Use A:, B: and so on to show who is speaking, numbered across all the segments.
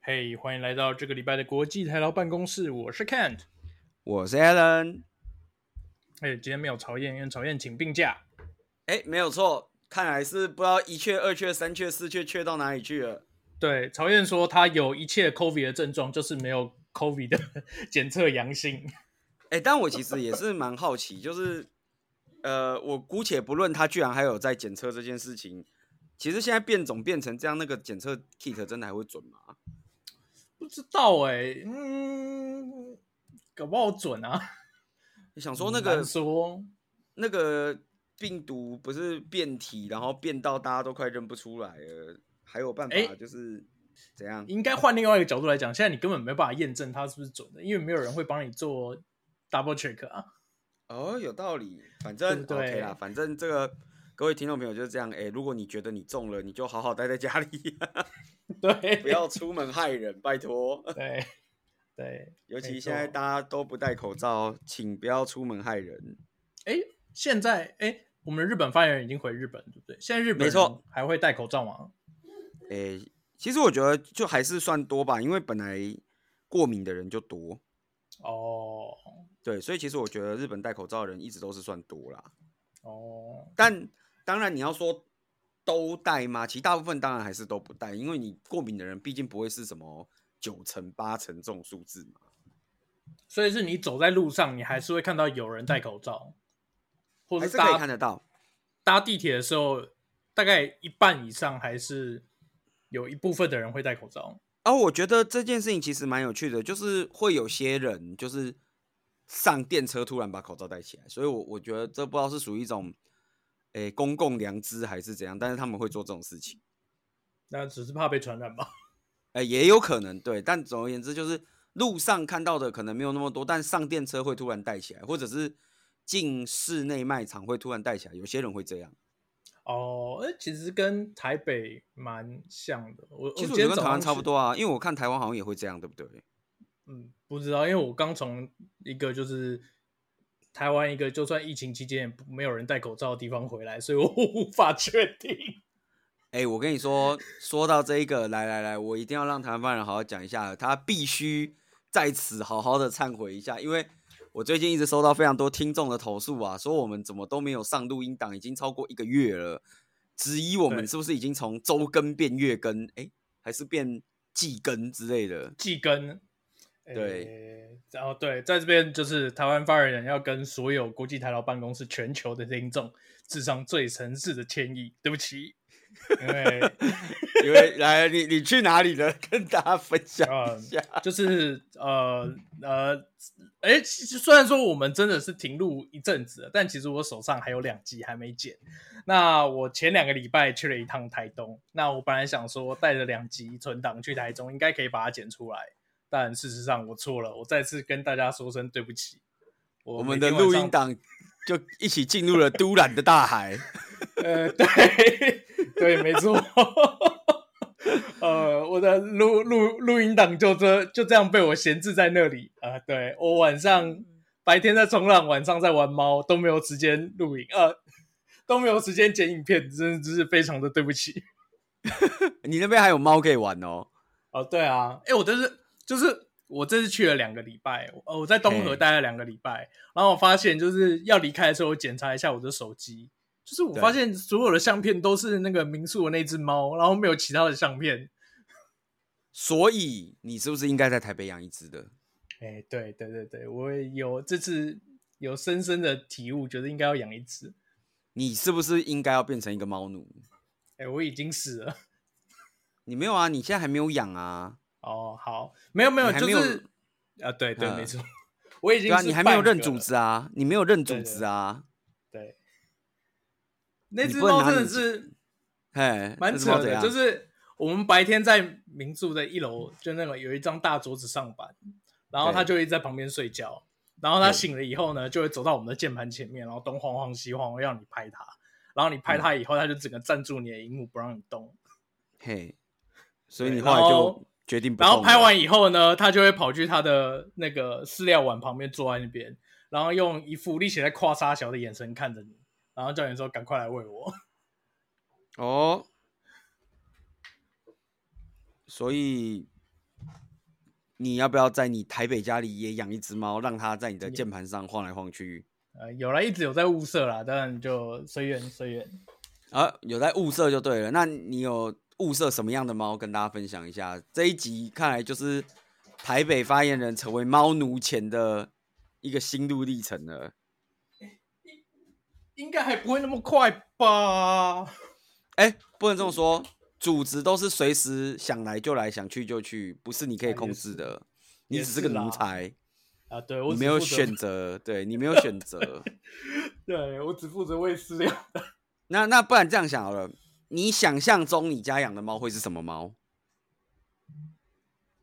A: 嘿欢迎来到这个礼拜的国际台劳办公室，我是 Kent。
B: 我是 Alan。
A: 哎，今天没有曹燕，因为曹燕请病假。
B: 哎、没有错，看来是不知道一确、二确、三确、四确确到哪里去了。
A: 对，曹燕说她有一切 COVID 的症状，就是没有 COVID 的 检测阳性。
B: 哎、但我其实也是蛮好奇， 就是呃，我姑且不论他居然还有在检测这件事情，其实现在变种变成这样，那个检测 kit 真的还会准吗？
A: 不知道哎、嗯，搞不好准啊。
B: 你想说那个
A: 难说，
B: 那个病毒不是变体，然后变到大家都快认不出来了，还有办
A: 哎
B: 法就是怎样？
A: 应该换另外一个角度来讲，现在你根本没办法验证它是不是准的，因为没有人会帮你做 double check 啊。
B: 哦，有道理。反
A: 对
B: 正
A: 不
B: OK 啦，
A: 对
B: 反正这个各位听众朋友就是这样。哎、如果你觉得你中了，你就好好待在家里，
A: 对，
B: 不要出门害人，拜托。
A: 对对，
B: 尤
A: 没
B: 其现在
A: 错
B: 大家都不戴口罩，请不要出门害人。
A: 哎，现在哎，我们日本发言人已经回日本，对不对？现在日本
B: 没错
A: 人还会戴口罩吗？
B: 哎、其实我觉得就还是算多吧，因为本来过敏的人就多，
A: 哦
B: 对，所以其实我觉得日本戴口罩的人一直都是算多啦。
A: 哦，
B: 但当然你要说都戴吗？其实大部分当然还是都不戴，因为你过敏的人毕竟不会是什么九成八成这种数字嘛。
A: 所以是你走在路上，你还是会看到有人戴口罩，或
B: 还
A: 者
B: 是可以看
A: 搭
B: 得到。
A: 搭地铁的时候，大概一半以上还是有一部分的人会戴口罩。
B: 而、哦我觉得这件事情其实蛮有趣的，就是会有些人就是上电车突然把口罩戴起来，所以我我觉得这不知道是属于一种诶、公共良知还是怎样，但是他们会做这种事情，
A: 那只是怕被传染吧？
B: 诶、呃也有可能对，但总而言之就是路上看到的可能没有那么多，但上电车会突然戴起来，或者是进室内卖场会突然戴起来，有些人会这样。
A: 哦，哎，其实跟台北蛮像的。我我哦
B: 其实我
A: 今
B: 觉
A: 天
B: 得跟
A: 早
B: 台
A: 上
B: 湾差
A: 去
B: 不多啊，因为我看台湾好像也会这样，对不对？
A: 嗯，不知道，因为我刚从一个就是台湾一个就算疫情期间也不没有人戴口罩的地方回来，所以我无法 确定。
B: 哎、我跟你说，说到这一个，来来来，我一定要让台湾犯人好好讲一下，他必须在此好好的忏悔一下，因为我最近一直收到非常多听众的投诉啊，说我们怎么都没有上录音档，已经超过一个月了，质疑我
A: 对
B: 们是不是已经从周更变月更，哎、还是变季更之类的。
A: 季更，呃
B: 对，
A: 然后对，在这边就是台湾发言人要跟所有国际台劳办公室全球的听众致上最诚挚的歉意，对不起，因为。
B: 因为来，你你去哪里了？跟大家分享
A: 啊
B: 一下。
A: 就是呃呃，哎、其实虽然说我们真的是停录一阵子了，但其实我手上还有两集还没剪。那我前两个礼拜去了一趟台东，那我本来想说带着两集存档去台中，应该可以把它剪出来，但事实上我错了，我再次跟大家说声对不起。我
B: 我
A: 每
B: 们的
A: 天晚
B: 录
A: 上
B: 音档就一起进入了都兰的大海。
A: 呃，对对，没错。呃，我的录录录音档就这就这样被我闲置在那里啊、呃对我晚上白天在冲浪，晚上在玩猫，都没有时间录影，呃，都没有时间剪影片，真的真是非常的对不起。
B: 你那边还有猫可以玩哦。
A: 哦，对啊，哎，我这是就是我这次去了两个礼拜，呃，我在东河
B: 嘿
A: 待了两个礼拜，然后我发现就是要离开的时候，我检查一下我的手机，就是我
B: 对
A: 发现所有的相片都是那个民宿的那只猫，然后没有其他的相片。
B: 所以你是不是应该在台北养一只的？
A: 哎，对对对对，我有这次有深深的体悟，觉得应该要养一只。
B: 你是不是应该要变成一个猫奴？
A: 哎，我已经死了。
B: 你没有啊，你现在还没有养啊，
A: 哦，好，没有没有，
B: 你还
A: 就
B: 没有
A: 是啊，对对，
B: 嗯
A: 没错， 我已经
B: 对啊，
A: 是
B: 你还没有
A: 半个
B: 认主
A: 了
B: 子啊，你没有认
A: 对
B: 主
A: 对
B: 子啊，
A: 对，那
B: 你
A: 只
B: 不能
A: 猫
B: 拿
A: 真的
B: 你
A: 是
B: 嘿，
A: 蛮
B: 那只
A: 扯
B: 猫啊怎
A: 的，
B: 样
A: 就是我们白天在民宿的一楼，就那个有一张大桌子上班，然后
B: 对
A: 他就一直在旁边睡觉，然后他
B: 对
A: 醒了以后呢，就会走到我们的键盘前面，然后东晃晃西晃，要你拍他，然后你
B: 嗯
A: 拍他以后，他就整个站住你的荧幕不让你动，
B: 嘿，所以
A: 对
B: 你后来
A: 然
B: 就
A: 后
B: 决定不
A: 然后
B: 动
A: 拍
B: 了
A: 完以后呢，他就会跑去他的那个饲料碗旁边坐在那边，然后用一副力气在跨沙小的眼神看着你，然后叫你说赶快来喂我。
B: 哦，所以你要不要在你台北家里也养一只猫，让它在你的键盘上晃来晃去？
A: 呃，有啦，一直有在物色啦，当然就随缘随缘。
B: 啊，有在物色就对了。那你有物色什么样的猫？跟大家分享一下。这一集看来就是台北发言人成为猫奴前的一个心路历程了。
A: 应该还不会那么快吧？
B: 哎、不能这么
A: 嗯
B: 说，组织都是随时想来就来，想去就去，不是你可以
A: 啊
B: 控
A: 也
B: 制的。你
A: 也
B: 只是个
A: 是
B: 奴
A: 啦
B: 才，
A: 啊，对我
B: 你
A: 只
B: 没有
A: 负责
B: 选，择，对你没有选择。
A: 对我只负责喂饲料。
B: 那那不然这样想好了，你想象中你家养的猫会是什么猫？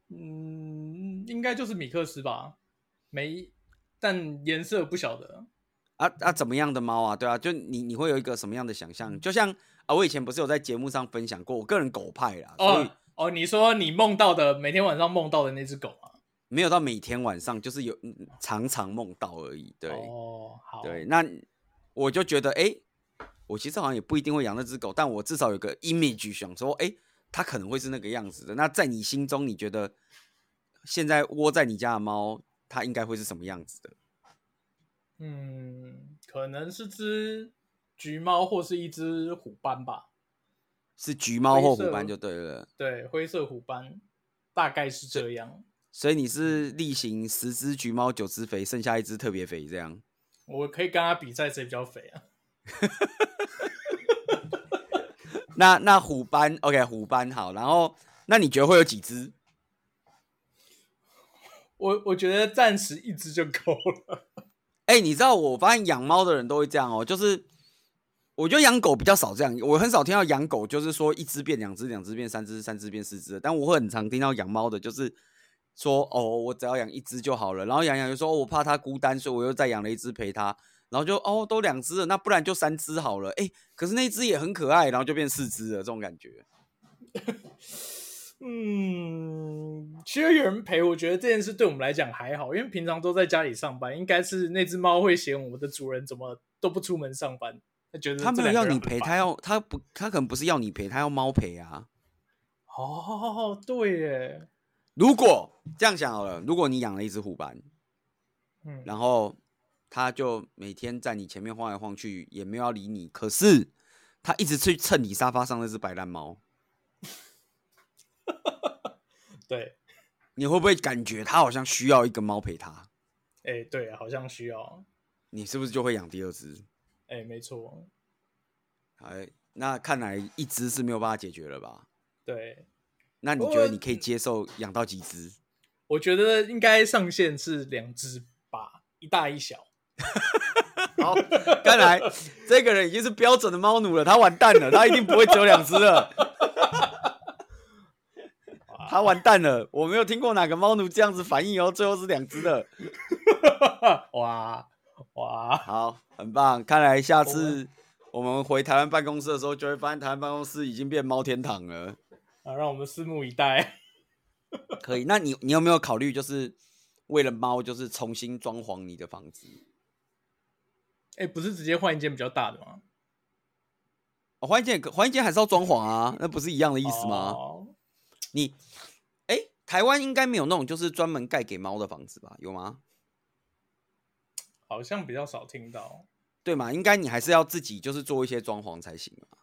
A: 嗯，应该就是米克斯吧，没，但颜色不晓得。
B: 啊啊，怎么样的猫啊？对啊，就你你会有一个什么样的想
A: 嗯
B: 象？就像啊，我以前不是有在节目上分享过，我个人狗派啦，所以
A: 哦哦，你说你梦到的每天晚上梦到的那只狗啊？
B: 没有到每天晚上，就是有嗯常常梦到而已。对、
A: 哦，好，
B: 对，那我就觉得，哎、我其实好像也不一定会养那只狗，但我至少有个 image 想说，哎、它可能会是那个样子的。那在你心中，你觉得现在窝在你家的猫，它应该会是什么样子的？
A: 嗯，可能是只橘猫或是一只虎斑吧？
B: 是橘猫
A: 灰
B: 或
A: 色
B: 虎斑
A: 吗
B: 就对了。
A: 对，灰色虎斑，大概是这样。
B: 所以你是例行十只橘猫，九只肥，剩下一只特别肥，这样。
A: 我可以跟它比赛谁比较肥啊？
B: 那那虎斑，OK，虎斑好。然后，那你觉得会有几只？
A: 我我觉得暂时一只就够了。
B: 哎、你知道我发现养猫的人都会这样哦，就是我觉得养狗比较少这样，我很少听到养狗就是说一只变两只，两只变三只，三只变四只的。但我会很常听到养猫的，就是说哦，我只要养一只就好了。然后养养就说、哦、我怕它孤单，所以我又再养了一只陪它。然后就哦，都两只了，那不然就三只好了。哎、可是那只也很可爱，然后就变四只了，这种感觉。
A: 嗯，其实有人陪，我觉得这件事对我们来讲还好，因为平常都在家里上班，应该是那只猫会嫌我们的主人怎么都不出门上班，它觉得
B: 他没
A: 这
B: 有
A: 两个
B: 要
A: 人
B: 你
A: 很
B: 陪，
A: 烦
B: 他要他不，他可能不是要你陪，他要猫陪啊。
A: 哦，对耶，
B: 如果这样想好了，如果你养了一只虎斑，
A: 嗯，
B: 然后它就每天在你前面晃来晃去，也没有要理你，可是它一直去蹭你沙发上那只白烂猫，
A: 对，
B: 你会不会感觉它好像需要一个猫陪它？
A: 哎，对，好像需要，
B: 你是不是就会养第二只？
A: 哎，没错，
B: 哎，那看来一只是没有办法解决了吧？
A: 对，
B: 那你
A: 我
B: 觉得你可以接受养到几只？
A: 我觉得应该上限是两只吧，一大一小。
B: 好，看来这个人已经是标准的猫奴了，他完蛋了，他一定不会只有两只了。他完蛋了，我没有听过哪个猫奴这样子反应哦，最后是两只的。
A: 哇哇，
B: 好，很棒，看来下
A: 我
B: 次我们回台湾办公室的时候，就会发现台湾办公室已经变猫天堂了。
A: 啊，让我们拭目以待。
B: 可以，那你你有没有考虑就是为了猫，就是重新装潢你的房子？
A: 哎，不是直接换一间比较大的吗？
B: 哦，换一间也可，换一间还是要装潢啊，那不是一样的意思吗？
A: 哦
B: 你，哎、台湾应该没有那种就是专门盖给猫的房子吧？有吗？
A: 好像比较少听到，
B: 对嘛？应该你还是要自己就是做一些装潢才行嘛。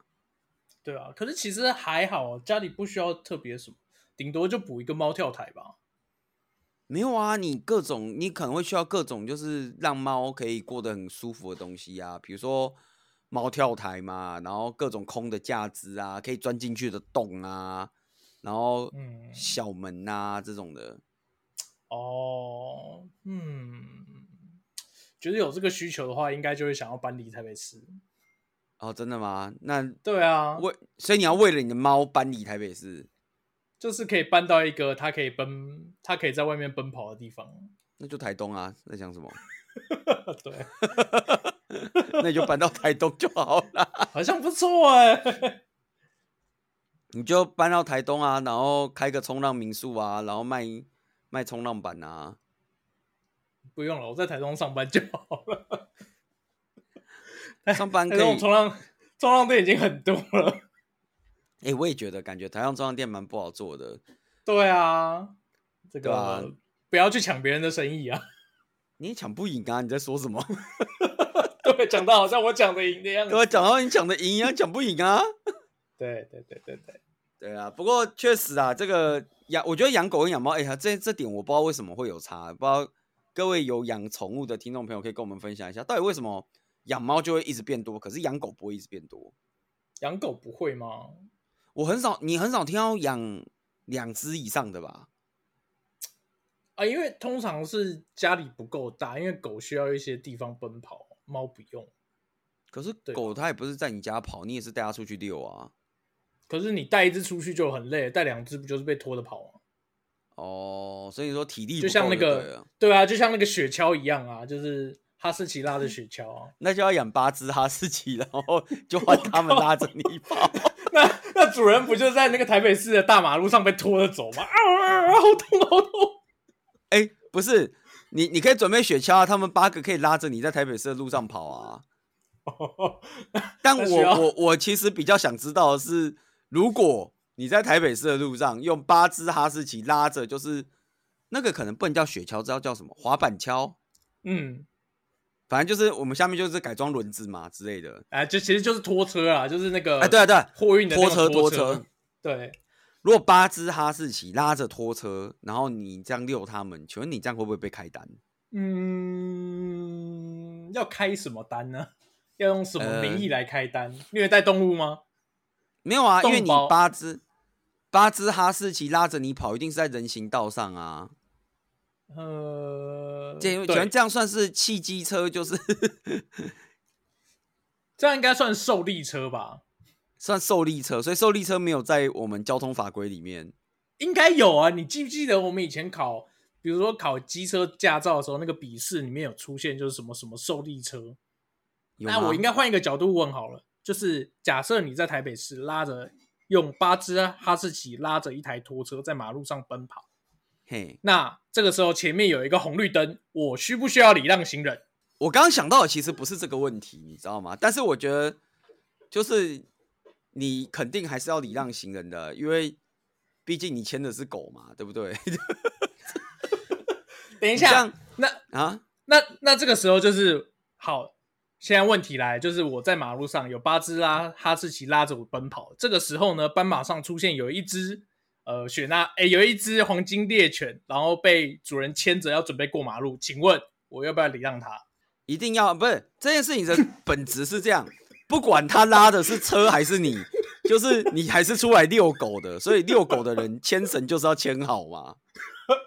A: 对啊。可是其实还好，家里不需要特别什么，顶多就补一个猫跳台吧。
B: 没有啊，你各种你可能会需要各种就是让猫可以过得很舒服的东西啊，比如说猫跳台嘛，然后各种空的架子啊，可以钻进去的洞啊，然后
A: 嗯
B: 小门呐、这种的。
A: 哦，嗯，觉得有这个需求的话，应该就会想要搬离台北市。
B: 哦，真的吗？那
A: 对啊，
B: 为所以你要为了你的猫搬离台北市，
A: 就是可以搬到一个它可以奔，它可以在外面奔跑的地 方。
B: 那就台东啊，在讲什么？
A: 对，
B: 那你就搬到台东就好了。
A: 好像不错哎、
B: 你就搬到台东啊，然后开个冲浪民宿啊，然后卖卖冲浪板啊。
A: 不用了，我在台中上班就好了。
B: 上 班
A: 台
B: 可
A: 中
B: 以
A: 我，冲浪冲浪店已经很多了。
B: 哎、我也觉得感觉台东冲浪店蛮不好做的。
A: 对啊，这
B: 对啊
A: 个不要去抢别人的生意啊。
B: 你也抢不赢啊！你在说什么？
A: 对，讲的好像我讲的赢的样子
B: 对。啊，讲到你讲的赢一样，讲不赢啊。
A: 对对对对对，
B: 对啊，不过确实啊，这个养，我觉得养狗跟养猫，哎呀，这这点我不知道为什么会有差，不知道各位有养宠物的听众朋友可以跟我们分享一下，到底为什么养猫就会一直变多，可是养狗不会一直变多？
A: 养狗不会吗？
B: 我很少，你很少听到养两只以上的吧？
A: 啊，因为通常是家里不够大，因为狗需要一些地方奔跑，猫不用。
B: 可是
A: 对
B: 狗它也不是在你家跑，你也是带它出去遛啊。
A: 可是你带一只出去就很累，带两只不就是被拖着跑吗？
B: 哦，所以说体力
A: 就
B: 不
A: 像
B: 够
A: 那
B: 对
A: 个
B: 了，
A: 对啊，就像那个雪橇一样啊，就是哈士奇拉着雪橇 啊。
B: 那就要养八只哈士奇，然后 就换它们拉着你跑。
A: 那那主人不就在那个台北市的大马路上被拖着走吗？啊啊啊！好痛，好痛！
B: 哎、不是，你你可以准备雪橇啊，他们八个可以拉着你在台北市的路上跑啊。但
A: 哦那
B: 我
A: 需要
B: 我我其实比较想知道的是，如果你在台北市的路上用八只哈士奇拉着，就是那个可能不能叫雪橇，知道叫什么？滑板橇，
A: 嗯，
B: 反正就是我们下面就是改装轮子嘛之类的。
A: 啊，就其实就是拖车啊，就是那个
B: 哎、对啊对啊，
A: 货运的那
B: 拖
A: 种
B: 车
A: 拖
B: 拖车。
A: 对，
B: 如果八只哈士奇拉着拖车，然后你这样遛它们，请问你这样会不会被开单？
A: 嗯，要开什么单呢？ 要用什么
B: 呃
A: 名义来开单？虐待动物吗？
B: 没有啊，因为
A: 动
B: 你
A: 保
B: 八只八只哈士奇拉着你跑，一定是在人行道上啊。
A: 呃，
B: 这请
A: 对
B: 问，这样算是汽机车，就是
A: 这样应该算受力车吧？
B: 算受力车，所以受力车没有在我们交通法规里面。
A: 应该有啊。你记不记得我们以前考，比如说考机车驾照的时候，那个笔试里面有出现就是什么什么受力车？
B: 有
A: 那
B: 吗
A: 我应该换一个角度问好了，就是假设你在台北市拉着用八只哈士奇拉着一台拖车在马路上奔跑，
B: 嘿，
A: 那这个时候前面有一个红绿灯，我需不需要礼让行人？
B: 我刚刚想到的其实不是这个问题，你知道吗？但是我觉得就是你肯定还是要礼让行人的，因为毕竟你牵的是狗嘛，对不对？
A: 等一
B: 这
A: 下
B: 样，
A: 那
B: 啊，
A: 那那这个时候就是好，现在问题来，就是我在马路上有八只拉哈士奇拉着我奔跑，这个时候呢，斑马上出现有一只呃雪纳，诶，有一只黄金猎犬，然后被主人牵着要准备过马路，请问我要不要礼让它？
B: 一定要不是这件事情的本质是这样， 不管他拉的是车还是你，就是你还是出来遛狗的，所以遛狗的人牵绳就是要牵好嘛。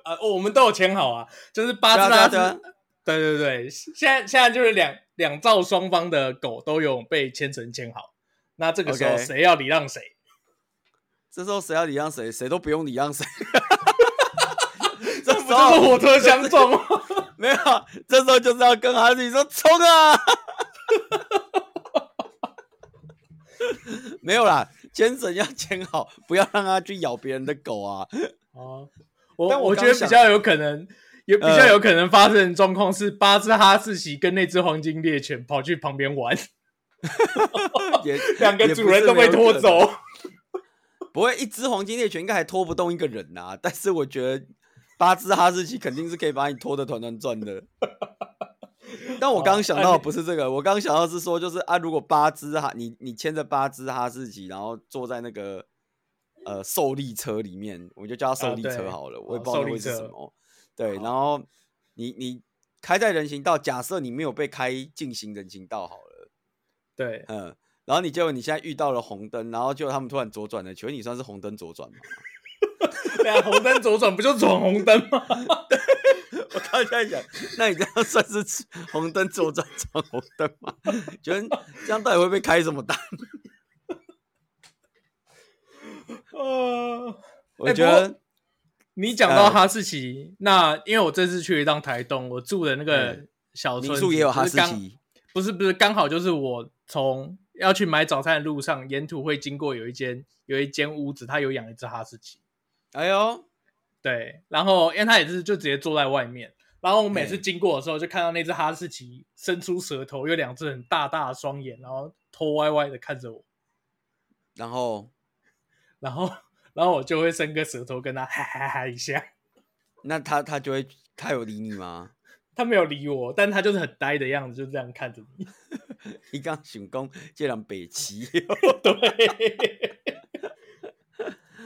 A: 呃，哦我们都有签好啊，就是八只
B: 对啊
A: 拉
B: 对
A: 对
B: 啊
A: 对对对，现在现在就是两两造双方的狗都有被牵绳牵好，那这个时候
B: OK
A: 谁要礼让谁？
B: 这时候谁要礼让谁，谁都不用礼 让谁。
A: 这
B: 这
A: 不
B: 时
A: 就是
B: 候
A: 火车相撞吗？
B: 没有，这时候就是要跟哈士奇说冲啊！ 没有啦，牵绳要牵好，不要让它去咬别人的狗啊。
A: 哦，我
B: 但我
A: 我觉
B: 刚
A: 得
B: 想嗯
A: 比较有可能，也比较有可能发生的状况是八只哈士奇跟那只黄金猎犬跑去旁边 玩，
B: 也
A: 两
B: 也
A: 个
B: 不
A: 主人
B: 是
A: 都
B: 没
A: 被
B: 有
A: 拖
B: 可能
A: 走。
B: 不会，一只黄金猎犬应该还拖不动一个人呐、 但是我觉得八只哈士奇肯定是可以把你拖得团团转 的。但我刚刚想到的不是这
A: 哦哎
B: 个，我刚刚想到是说，就是啊，如果八只哈，你你牵着八只哈士奇，然后坐在那个呃受力车里面，我就叫它受
A: 啊
B: 力
A: 对
B: 车好了，我也
A: 哦
B: 不知道
A: 受
B: 那
A: 力
B: 会是什
A: 车
B: 么。对，然后你你开在人行道，假设你没有被开进行人行道好了。
A: 对，
B: 嗯，然后你结果你现在遇到了红灯，然后结果他们突然左转了，请问你算是红灯左转吗？
A: 对啊，红灯左转不就闯红灯 吗？
B: 我刚才在想，那你这样算是红灯左转闯红灯吗？ 请问这样到底会被开什么单？
A: 呃。
B: 我
A: 哎
B: 觉
A: 不过
B: 得，
A: 你讲到
B: 呃
A: 哈士奇，那因为我这次去一趟台东，我住的那个
B: 嗯
A: 小村
B: 民
A: 子
B: 宿也有哈
A: 不
B: 士，
A: 是刚
B: 奇，
A: 不是不是，刚好就是我从要去买早餐的路上，沿途会经过有一间有一间屋子，它有养一只哈士奇，
B: 哎呦，
A: 对，然后因为它也是就直接坐在外面，然后我每次
B: 嘿
A: 经过的时候就看到那只哈士奇伸出舌头，有两只很大大的双眼，然后头歪歪的看着我，
B: 然后
A: 然后然后我就会伸个舌头跟它哈哈哈一下，
B: 那他他就会他有理你吗？
A: 他没有理我，但他就是很呆的样子，就这样看着你。
B: 你刚想讲这人北齐，
A: 对。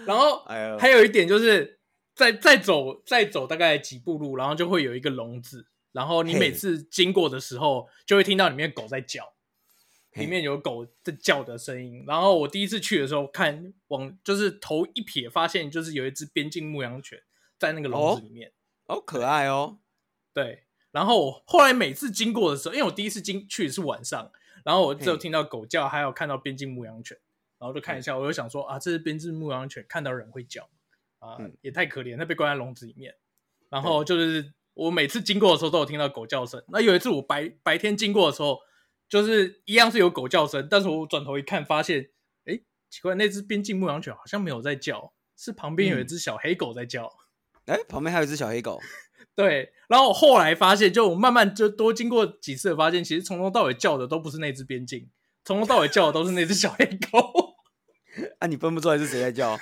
A: 然后
B: 哎呦，
A: 还有一点就是，再再走再走大概几步路，然后就会有一个笼子，然后你
B: 嘿
A: 每次经过的时候，就会听到里面狗在叫，
B: 嘿
A: 里面有狗在叫的声音。然后我第一次去的时候，看往就是头一瞥，发现就是有一只边境牧羊犬在那个笼
B: 哦
A: 子里面。
B: 好可爱哦。
A: 对，然后我后来每次经过的时候，因为我第一次经去是晚上，然后我只有
B: 嘿嗯
A: 听到狗叫，还有看到边境牧羊犬，然后就看一下，我就想说啊，这是边境牧羊犬，看到人会叫啊，
B: 嗯
A: 也太可怜，它被关在笼子里面。然后就是我每次经过的时候都有听到狗叫声。那有一次我白白天经过的时候，就是一样是有狗叫声，但是我转头一看，发现哎，诶奇怪，那只边境牧羊犬好像没有在叫，是旁边有一
B: 嗯
A: 只小黑狗在叫。
B: 哎、旁边还有一只小黑狗，
A: 对，然后我后来发现，就我慢慢就多经过几次的发现，其实从头到尾叫的都不是那只边境，从头到尾叫的都是那只小黑狗。
B: 啊，你分不出来是谁在叫？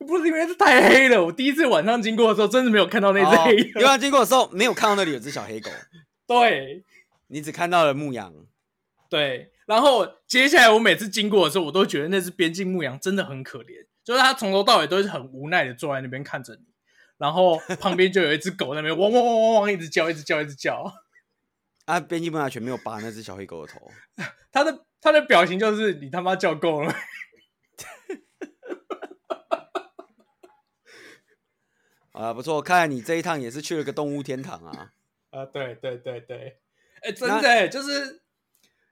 A: 不是因为是太黑了，我第一次晚上经过的时候，真的没有看到那只
B: 哦
A: 黑
B: 因为
A: 狗。
B: 他经过的时候没有看到那里有只小黑狗，
A: 对
B: 你只看到了牧羊。
A: 对，然后接下来我每次经过的时候，我都觉得那只边境牧羊真的很可怜，就是它从头到尾都是很无奈的坐在那边看着你，然后旁边就有一只狗在那边汪汪汪汪汪一直叫，一直叫，一直叫。
B: 啊，边境牧羊犬没有拔那只小黑狗的头，
A: 他的他的表情就是你他妈叫够了。
B: 啊，不错，看来你这一趟也是去了个动物天堂啊。
A: 啊，对对对对，哎、真
B: 那
A: 的、欸、就是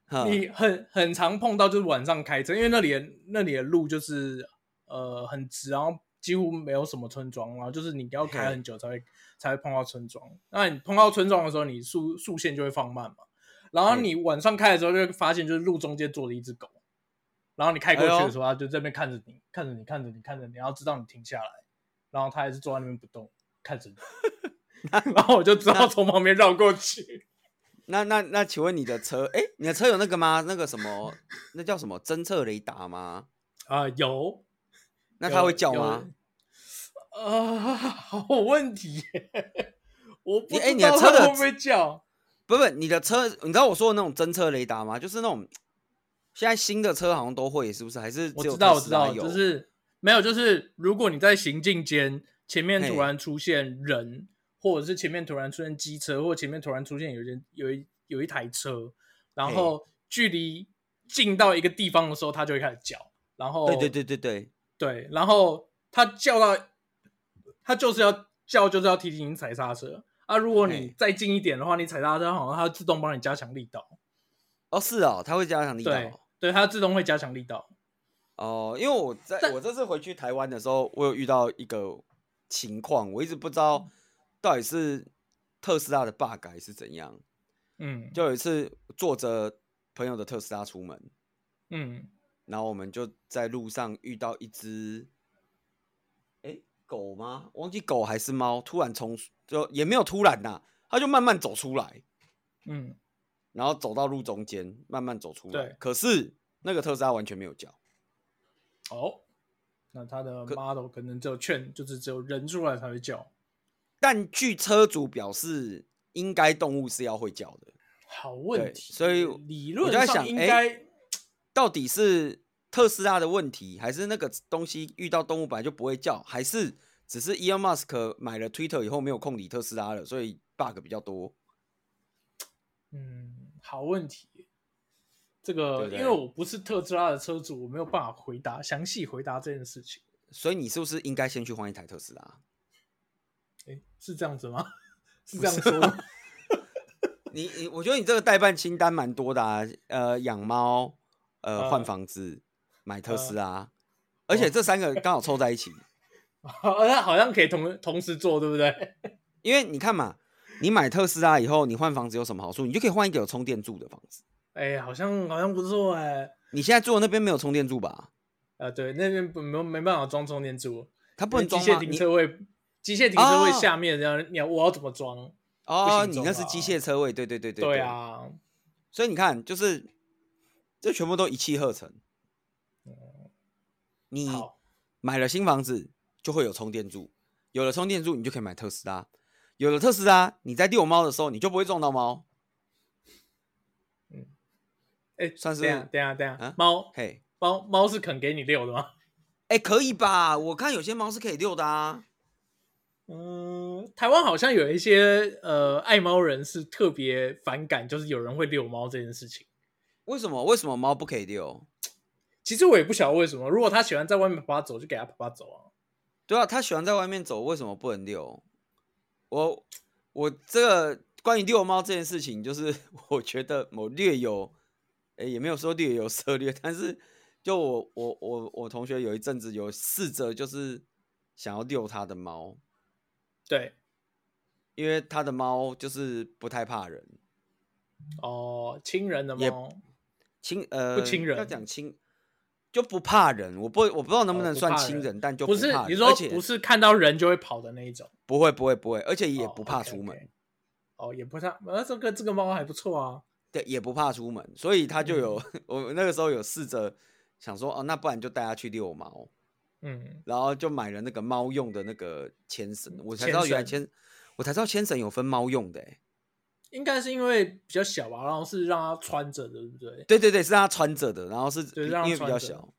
B: 哼
A: 你很很常碰到，就是晚上开车，因为那里的那里的路就是呃很直，然后几乎没有什么村庄，然后就是你要开
B: 嘿
A: 很久才会才会碰到村庄。那你碰到村庄的时候，你速速线就会放慢嘛，然后
B: 嘿
A: 你晚上开的时候就会发现，就是路中间坐着一只狗，然后你开过
B: 哎
A: 去
B: 呦
A: 的时候，它就在那边看着你，看着你，看着你，看着你，然后直到你停下来，然后它还是坐在那边不动，看 着你。然后我就只好从旁边绕过去。
B: 那那那，请问你的车，哎、你的车有那个吗？那个什么，那叫什么侦测雷达吗？
A: 啊、有，
B: 那它会
A: 有
B: 叫吗？？
A: 有呃， 好问题耶，我不
B: 你
A: 知
B: 哎你的
A: 道
B: 车
A: 它
B: 的
A: 会不会叫？
B: 不不，你的车，你知道我说的那种侦测雷达吗？就是那种现在新的车好像都会，是不是？还是
A: 我
B: 只有
A: 知道，
B: 特
A: 我
B: 斯
A: 知
B: 拉
A: 道，
B: 有
A: 就是没有，就是如果你在行进间前面
B: 嘿
A: 突然出现人，或者是前面突然出现机车，或前面突然出现有人有一有一台车，然后距离近到一个地方的时候，它就会开始叫，然后
B: 对对对对对，
A: 对，然后他叫到，他就是要叫，就是要提醒你踩刹车啊。如果你
B: 嘿
A: 再近一点的话，你踩刹车好像它会自动帮你加强力道，
B: 哦是哦，它会加强力道
A: 对对，它自动会加强力道。
B: 哦。因为我在
A: 但
B: 我这次回去台湾的时候，我有遇到一个情况，我一直不知道到底是特斯拉的 bug 还是怎样。
A: 嗯，
B: 就有一次坐着朋友的特斯拉出门，
A: 嗯，
B: 然后我们就在路上遇到一只，哎，狗吗？忘记狗还是猫，突然从就也没有突然呐、它就慢慢走出来，
A: 嗯，
B: 然后走到路中间，慢慢走出来
A: 对。
B: 可是那个特斯拉完全没有叫，
A: 哦，那它的
B: 可
A: model 可能只有劝，就是只有人出来才会叫。
B: 但据车主表示，应该动物是要会叫的。
A: 好
B: 对
A: 问题耶，
B: 所以
A: 理
B: 我
A: 论
B: 就在
A: 上
B: 想，哎
A: 应
B: 诶
A: 该、
B: 到底是特斯拉的问题，还是那个东西遇到动物本来就不会叫，还是只是 Elon Musk 买了 Twitter 以后没有空理特斯拉了，所以 bug 比较多？
A: 嗯，好问题耶。这
B: 对
A: 个
B: 不
A: 因为
B: 对
A: 我不是特斯拉的车主，我没有办法回答详细回答这件事情。
B: 所以你是不是应该先去换一台特斯拉？
A: 哎，是这样子吗？ 是这样说吗？
B: 你你，我觉得你这个代办清单蛮多的啊，呃，养猫，呃，换
A: 呃
B: 房子，买特斯
A: 呃
B: 拉，
A: 哦
B: 而且这三个刚好凑在一起，
A: 啊好像好像可以同同时做，对不对？
B: 因为你看嘛，你买特斯拉以后，你换房子有什么好处？你就可以换一个有充电柱的房子。
A: 哎，好像好像不错哎。
B: 你现在住的那边没有充电柱吧？
A: 啊，对，那边不没没办法装充电柱，
B: 它不能
A: 机
B: 装
A: 械
B: 吗？
A: 停
B: 你
A: 车位，机械停车位
B: 哦
A: 下面这样，你要我要怎么装？
B: 哦，
A: 行
B: 你
A: 走
B: 那是机
A: 啊
B: 械车位，对对对对
A: 对，啊，
B: 所以你看，就是这全部都一气呵成。你
A: 好，
B: 买了新房子就会有充电柱，有了充电柱，你就可以买特斯拉。有了特斯拉，你在遛猫的时候，你就不会撞到猫。
A: 哎，
B: 算是
A: 等一下等一下等一下
B: 啊，
A: 猫
B: 嘿，
A: 猫猫是肯给你遛的吗？
B: 哎，可以吧？我看有些猫是可以遛的啊。
A: 嗯，台湾好像有一些呃爱猫人士特别反感，就是有人会遛猫这件事情。
B: 为什么？为什么猫不可以遛？
A: 其实我也不晓得为什么，如果他喜欢在外面爬爬走，就给他爬爬走啊。
B: 对啊，他喜欢在外面走，为什么不能遛？我我这个关于遛猫这件事情，就是 我觉得我略有，诶、也没有说略有涉略，但是就我我我我同学有一阵子有试着就是想要遛他的猫，
A: 对，
B: 因为他的猫就是不太怕人，
A: 哦，亲人的
B: 也
A: 猫，
B: 亲呃
A: 亲
B: 要
A: 人
B: 讲亲就不怕人，我不我不知道能
A: 哦
B: 能
A: 不
B: 算
A: 怕
B: 亲
A: 人
B: 人，但就
A: 不是
B: 怕
A: 你
B: 人
A: 说
B: 而且
A: 不是看到人就会跑的那一种，
B: 不会不会不会，而且也
A: 哦
B: 不怕
A: OK，OK
B: 出门。
A: 哦，也不像，呃，这个这个猫还不错啊。
B: 对，也不怕出门，所以他就有、
A: 嗯
B: 我那个时候有试着想说，哦，那不然就带他去遛猫，
A: 嗯，
B: 然后就买了那个猫用的那个牵绳，我才知
A: 牵
B: 道原来
A: 绳
B: 牵，我才知道牵绳有分猫用的、欸，
A: 应该是因为比较小吧，然后是让它穿着的，对不对？
B: 对对对，是让他穿着的，然后是比
A: 对
B: 因
A: 让它
B: 为比
A: 穿
B: 较
A: 着
B: 小，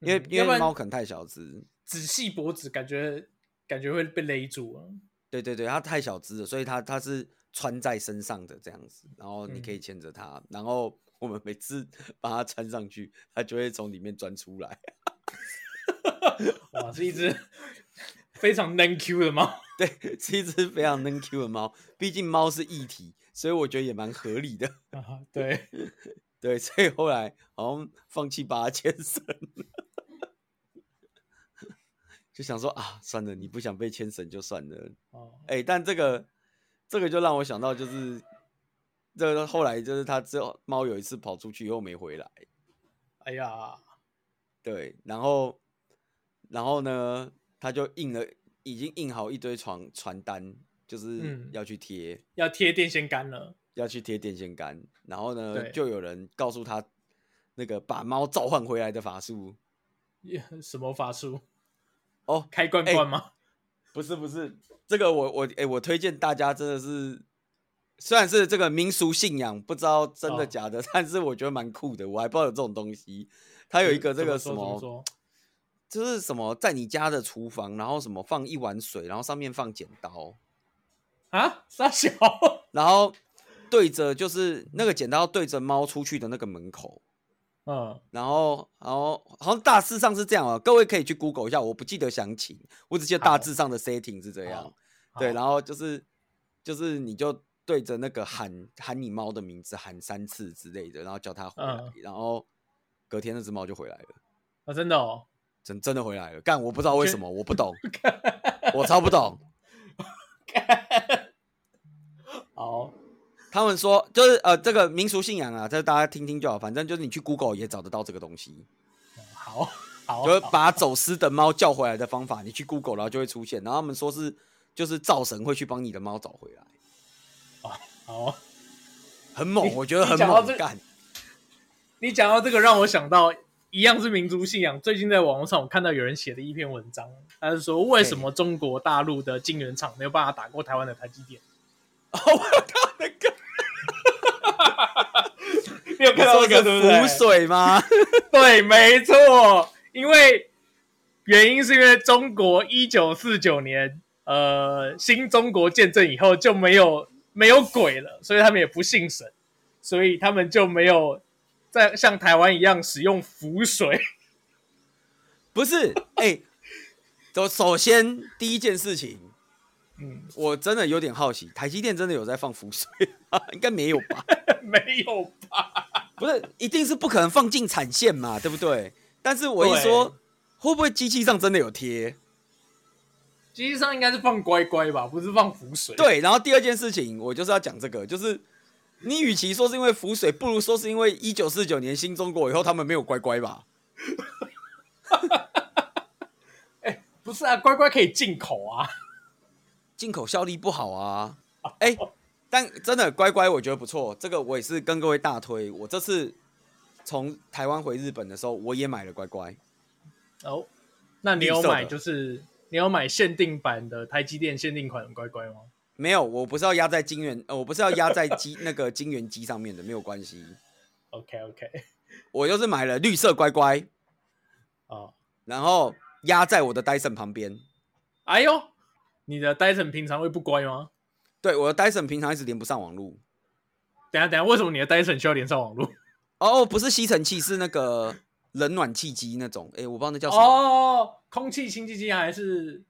B: 因为
A: 嗯
B: 因
A: 要不
B: 为
A: 然
B: 猫可能太小只，
A: 只系脖子，感觉感觉会被勒住啊。
B: 对对对，它太小只了，所以它它是穿在身上的这样子，然后你可以牵着它，然后我们每次把它穿上去，它就会从里面钻出来。
A: 哇，是一只非常能 Q 的猫。
B: 对，是一只非常能 Q 的猫。毕竟猫是一体，所以我觉得也蛮合理的。
A: 啊，对，
B: 对，所以后来好像放弃把它牵绳了 就想说啊，算了，你不想被牵绳就算了。
A: 哦，
B: 哎、但这个这个就让我想到，就是这个后来就是它之后猫有一次跑出去以后没回来，
A: 哎呀，
B: 对，然后然后呢，它就印了已经印好一堆传传单，就是
A: 嗯
B: 要去贴。
A: 要贴电线杆了。
B: 要去贴电线杆，然后呢，
A: 对
B: 就有人告诉他那个把猫召唤回来的法术。
A: 什么法术？
B: 哦，
A: 开罐罐吗？
B: 不是不是，这个我我哎、我推荐大家真的是，虽然是这个民俗信仰，不知道真的
A: 哦
B: 假的，但是我觉得蛮酷的，我还不知道有这种东西。它有一个这
A: 怎
B: 个
A: 么
B: 什
A: 说怎么
B: 么，
A: 说？
B: 就是什么在你家的厨房，然后什么放一碗水，然后上面放剪刀，
A: 啊， 傻小，
B: 然后对着就是那个剪刀对着猫出去的那个门口。
A: 嗯，
B: 然后，然后好像大致上是这样啊，各位可以去 Google 一下，我不记得详情，我只记得大
A: 好
B: 致上的 setting 是这样
A: 好。
B: 对，
A: 好
B: 然后就是就是你就对着那个喊喊你猫的名字喊三次之类的，然后叫它回来，
A: 嗯
B: 然后隔天那只猫就回来了，
A: 啊，真的哦，
B: 真真的回来了。干，我不知道为
A: 觉
B: 什么，我不懂，我超不懂。
A: 好，
B: 他们说就是呃，这个民俗信仰啊，这大家听听就好，反正就是你去 Google 也找得到这个东西。
A: 好，好，
B: 就是
A: 哦好
B: 把走失的猫叫回来的方法，你去 Google 然后就会出现。然后他们说是就是灶神会去帮你的猫找回来，
A: 好。
B: 很猛，
A: 你
B: 我觉得
A: 你
B: 很
A: 讲到
B: 猛
A: 这
B: 干。
A: 你讲到这个，让我想到一样是民族信仰。最近在网络上我看到有人写的一篇文章，他是说为什么中国大陆的晶圆厂没有办法打过台湾的台积电？
B: 哦，我有看到那个，
A: 你有
B: 你
A: 看到
B: 说
A: 这个
B: 是
A: 对不对
B: 浮？水吗？
A: 对，没错，因为原因是因为中国一九四九年呃新中国建政以后就没有没有鬼了，所以他们也不信神，所以他们就没有在像台湾一样使用浮水。
B: 不是，哎、首首先第一件事情，
A: 嗯，
B: 我真的有点好奇，台积电真的有在放浮水吗？ 应该没有吧？
A: 没有吧？
B: 不是，一定是不可能放进产线嘛，对不对？但是我一
A: 对
B: 说，会不会机器上真的有贴？
A: 实际上应该是放乖乖吧，不是放浮水。，
B: 对，然后第二件事情，我就是要讲这个，就是你与其说是因为浮水，不如说是因为一九四九年新中国以后他们没有乖乖吧？
A: 不是啊，乖乖可以进口啊。
B: 进口效力不好啊。哎、但真的乖乖，我觉得不错，这个我也是跟各位大推。我这次从台湾回日本的时候，我也买了乖乖，
A: 哦，那你
B: 绿
A: 有
B: 色的
A: 买就是你有买限定版的台积电限定款的乖乖吗？
B: 没有，我不是要压在金元，呃，我不是要压在机那个金元机上面的，没有关系。
A: OK OK，
B: 我就是买了绿色乖乖，
A: 哦，
B: 然后压在我的 Dyson 旁边。
A: 哎呦，你的 Dyson 平常会不乖吗？
B: 对，我的 Dyson 平常一直连不上网路。
A: 等一下等一下，为什么你的 Dyson 需要连上网络？
B: 哦，不是吸尘器，是那个冷暖气机那种。哎，我不知道那叫什么，
A: 哦，空气清净机还是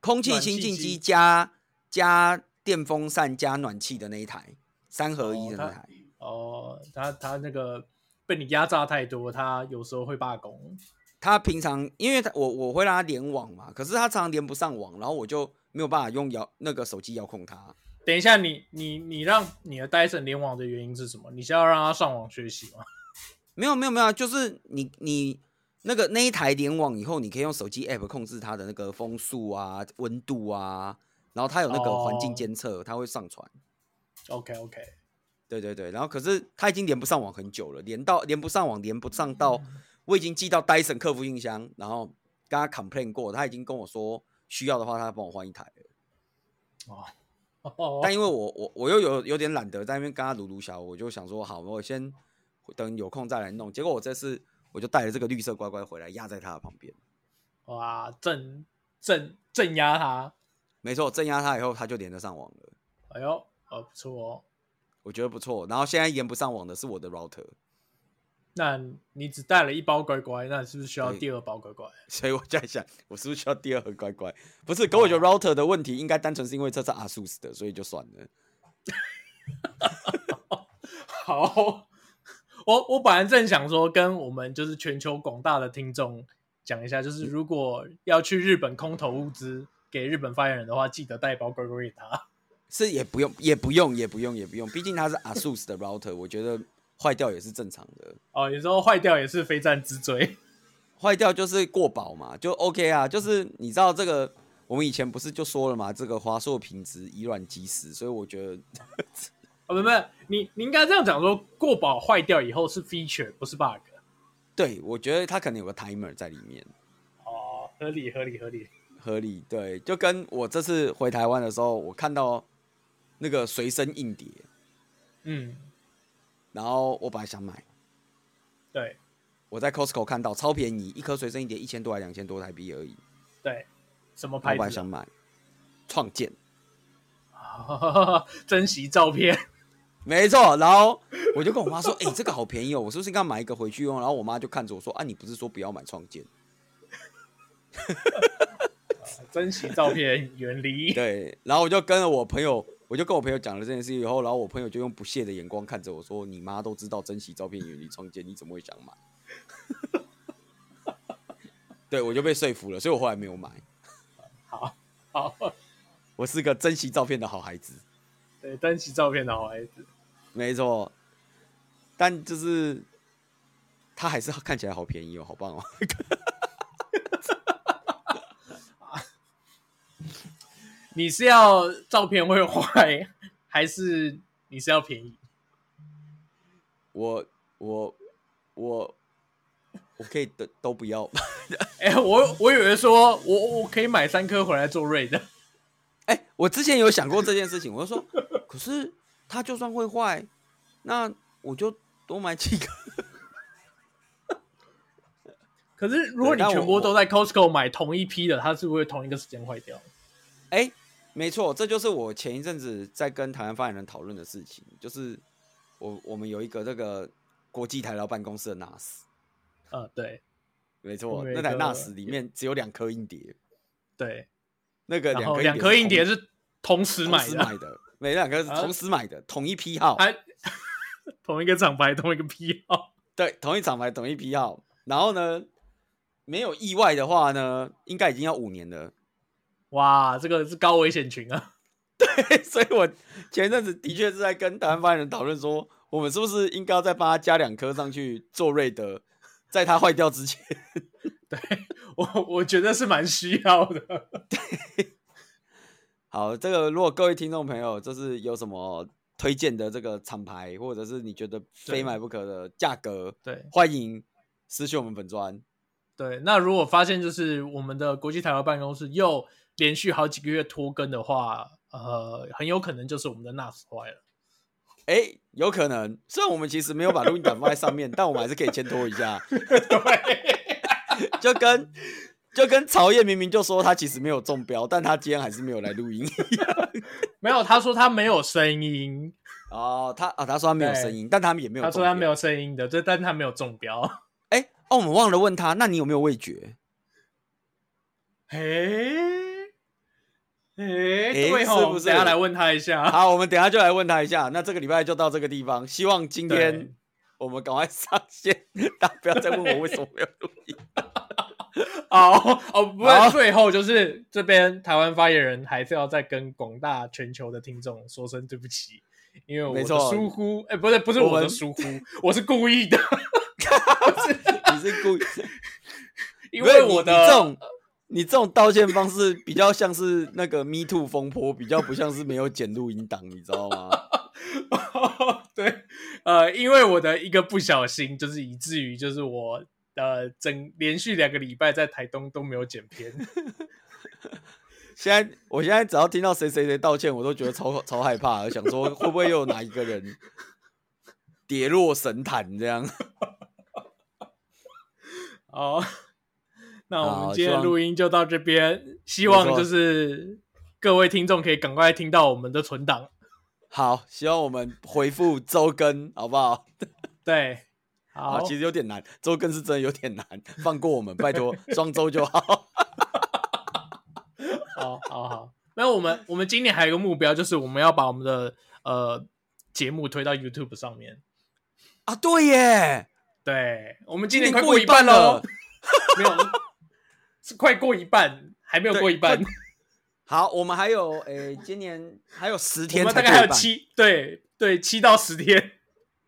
B: 空气
A: 暖气
B: 清净机
A: 机
B: 加加电风扇加暖气的那一台，三合一
A: 哦
B: 的
A: 它
B: 那台。
A: 哦，他他那个被你压榨太多，他有时候会罢工。
B: 他平常因为他我我会让他连网嘛，可是他常常连不上网，然后我就没有办法用遥那个手机遥控他。
A: 等一下，你你你让你的 Dyson 联网的原因是什么？你是要让他上网学习吗？
B: 没有没有没有，就是你你那个那一台联网以后，你可以用手机 app 控制它的那个风速啊、温度啊，然后它有那个环境
A: 哦
B: 监测，它会上传。
A: OK OK，
B: 对对对，然后可是它已经连不上网很久了，连到连不上网，连不上到我已经寄到 Dyson 客服信箱，然后跟他 complain 过，他已经跟我说需要的话，他帮我换一台了。
A: 哦，
B: 但因为我我我又有有点懒得在那边跟他撸撸小，我就想说好，我先等有空再来弄。结果我这次我就带了这个绿色乖乖回来，压在他的旁边。
A: 哇，镇镇镇压他，
B: 没错，镇压他以后，他就连得上网了，
A: 哎呦，哦不错哦。
B: 我觉得不错。然后现在连不上网的是我的 router，
A: 那你只带了一包乖乖，那你是不是需要
B: 对
A: 第二包乖乖？
B: 所以我在想，我是不是需要第二盒乖乖？不是，可我觉得 router 的问题应该单纯是因为这是 ASUS 的，所以就算了。
A: 好，我我本来正想说跟我们就是全球广大的听众讲一下，就是如果要去日本空投物资给日本发言人的话，记得带包乖乖给他。
B: 是也不用，也不用，也不用，也不用，毕竟它是 ASUS 的 router，我觉得坏掉也是正常的。
A: 哦，有时候坏掉也是非战之罪。
B: 坏掉就是过保嘛，就 OK 啊。就是你知道这个，我们以前不是就说了嘛，这个华硕品质以卵击石，所以我觉得
A: 哦，不不，你你应该这样讲说，过保坏掉以后是 feature 不是 bug。
B: 对，我觉得它可能有个 timer 在里面，
A: 哦，合理合理合理。
B: 合理。对，就跟我这次回台湾的时候，我看到那个随身硬碟，
A: 嗯，
B: 然后我本来想买，
A: 对
B: 我在 Costco 看到超便宜，一颗随身硬碟一千多还两千多台币而已，
A: 对，什么
B: 然后我
A: 牌
B: 本来
A: 子
B: 想买创建，
A: 啊？ 珍惜照片。
B: 没错，然后我就跟我妈说：“哎、这个好便宜哦，我是不是应该买一个回去用？”然后我妈就看着我说：“啊，你不是说不要买创建？”
A: 珍惜照片，远离。
B: 对，然后我就跟了我朋友，我就跟我朋友讲了这件事情以后，然后我朋友就用不屑的眼光看着我说：“你妈都知道珍惜照片远离创建，你怎么会想买？” 对，我就被说服了，所以我后来没有买。
A: 好，
B: 我是个珍惜照片的好孩子，
A: 对，珍惜照片的好孩子。
B: 没错。但就是它还是看起来好便宜哦，好棒哦。
A: 你是要照片会坏， 还是你是要便宜？
B: 我我我我可以都都不要。
A: 哎、我我以为说我我可以买三颗回来做瑞的。
B: 哎、我之前有想过这件事情，我就说， 可是它就算会坏，那我就多买几个。
A: 可是如果
B: 对
A: 你
B: 但我
A: 全部都在 Costco 买同一批的，它是不是会同一个时间坏掉？
B: 哎、没错，这就是我前一阵子在跟台湾发言人讨论的事情，就是我我们有一个这个国际台劳办公室的 NAS，
A: 呃，对
B: 没
A: 我
B: 错，
A: 们有
B: 那
A: 一
B: 台
A: 个
B: NAS 里面只有两颗硬碟，
A: 对，
B: 那个
A: 然后
B: 两
A: 两颗硬碟
B: 是
A: 是同时
B: 同
A: 买
B: 时
A: 的，
B: 买的，每两个是
A: 啊
B: 同时买的，同一批号。
A: 还 同一个厂牌，同一个批号。
B: 对，同一厂牌，同一批号。然后呢，没有意外的话呢，应该已经要五年了。
A: 哇，这个是高危险群啊！
B: 所以我前阵子的确是在跟台湾发言人讨论说，我们是不是应该要再帮他加两颗上去做瑞德，在它坏掉之前。
A: 我我觉得是蛮需要的。
B: 好，这个如果各位听众朋友就是有什么推荐的这个厂牌，或者是你觉得非
A: 对
B: 买不可的价格，
A: 对
B: 欢迎私讯我们粉砖。
A: 对，那如果发现就是我们的国际台湾办公室又连续好几个月拖更的话，呃，很有可能就是我们的 NAS 坏了。
B: 哎、有可能，虽然我们其实没有把录音档放在上面，但我们还是可以牵拖一下，
A: 对，
B: 就跟就跟曹燕明明就说他其实没有中标，但他今天还是没有来录音。
A: 没有，他说他没有声音，
B: 哦，他啊，他说他没有声音，但他们也没有。
A: 他说他没
B: 有。
A: 有声音的，对，但他没有中标。
B: 哎、哦，我们忘了问他，那你有没有味觉？
A: 嘿，哎，
B: 诶
A: 对
B: 是
A: 吼，
B: 不
A: 我们
B: 是
A: 等一下来问他一下。
B: 好，我们等一下就来问他一下。那这个礼拜就到这个地方，希望今
A: 对
B: 天我们赶快上线， 大家不要再问我为什么没有录音。
A: 哦哦，不
B: 好
A: 过最后就是这边台湾发言人还是要再跟广大全球的听众说声对不起，因为我
B: 没
A: 的
B: 错
A: 疏忽，哎、不对，不是
B: 我
A: 我的
B: 们
A: 疏忽，我是故意的，
B: 你是故意？
A: 因
B: 没
A: 为
B: 有你
A: 我
B: 你这
A: 的
B: 种你这种道歉方式比较像是那个 Me Too 风波，比较不像是没有剪录音档，你知道吗？
A: 对，呃，因为我的一个不小心，就是以至于就是我呃整连续两个礼拜在台东都没有剪片，
B: 现在我现在只要听到谁谁谁道歉，我都觉得超超害怕，想说会不会又有哪一个人跌落神坛这样？
A: 哦，那我
B: 好
A: 们今
B: 希
A: 天
B: 望
A: 的录音就到这边，希
B: 没
A: 望
B: 错
A: 就是各位听众可以赶快听到我们的存档。
B: 好，希望我们回复周更，好不好？
A: 对，好，
B: 好，其实有点难，周更是真的有点难，放过我们，拜托，双周就好。
A: 好好好。那我们我们今年还有一个目标，就是我们要把我们的呃节目推到 YouTube 上面。
B: 啊，对耶，
A: 对，我们
B: 今
A: 今年快
B: 过
A: 一
B: 半
A: 半哦喽， 没有，是快过一半，还没有
B: 对
A: 过一半，
B: 好，我们还有，诶、今年还有十
A: 我
B: 天
A: 们
B: 才
A: 大
B: 过
A: 概还
B: 一
A: 有
B: 半。
A: 七，对对，七到十天。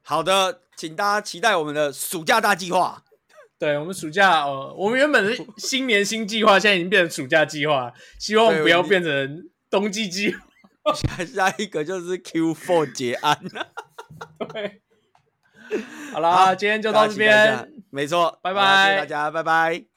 B: 好的，请大家期待我们的暑假大计划。
A: 对我们暑假，呃，我们原本的新年新计划，现在已经变成暑假计划，希望
B: 对
A: 不要
B: 你
A: 变成冬季计划。
B: 下下一个就是 Q4 结案，
A: 对，好啦，今天就到这边。
B: 没错，
A: 拜
B: 好啦谢谢
A: 拜
B: 大家，拜拜。